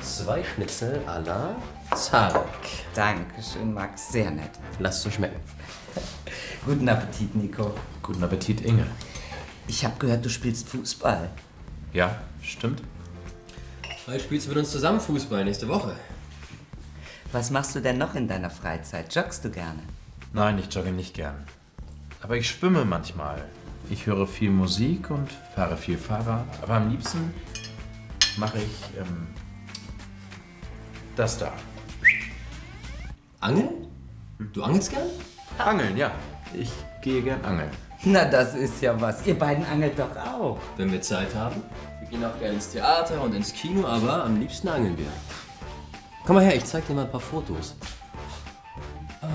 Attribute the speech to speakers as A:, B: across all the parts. A: zwei Schnitzel à la Zark.
B: Dankeschön, Max. Sehr nett.
A: Lasst es schmecken.
B: Guten Appetit, Nico.
C: Guten Appetit, Inge.
B: Ich habe gehört, du spielst Fußball.
C: Ja, stimmt.
A: Heute spielst du mit uns zusammen Fußball nächste Woche.
B: Was machst du denn noch in deiner Freizeit? Joggst du gerne?
C: Nein, ich jogge nicht gern. Aber ich schwimme manchmal. Ich höre viel Musik und fahre viel Fahrrad. Aber am liebsten mache ich ähm, das da.
A: Angeln? Du angelst gern?
C: Angeln, ja. Ich gehe gern angeln.
B: Na, das ist ja was. Ihr beiden angelt doch auch.
A: Wenn wir Zeit haben. Wir gehen auch gerne ins Theater und ins Kino, aber am liebsten angeln wir. Komm mal her, ich zeig dir mal ein paar Fotos. Ah,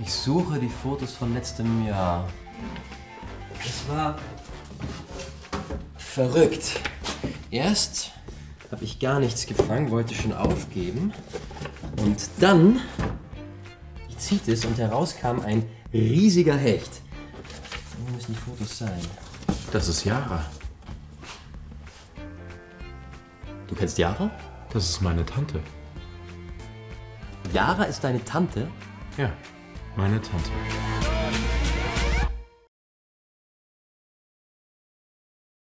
A: Ich suche die Fotos von letztem Jahr. Es war verrückt. Erst habe ich gar nichts gefangen, wollte schon aufgeben. Und dann zieht es und heraus kam ein riesiger Hecht. Wo müssen die Fotos sein?
C: Das ist Yara.
A: Du kennst Yara?
C: Das ist meine Tante.
A: Yara ist deine Tante?
C: Ja, meine Tante.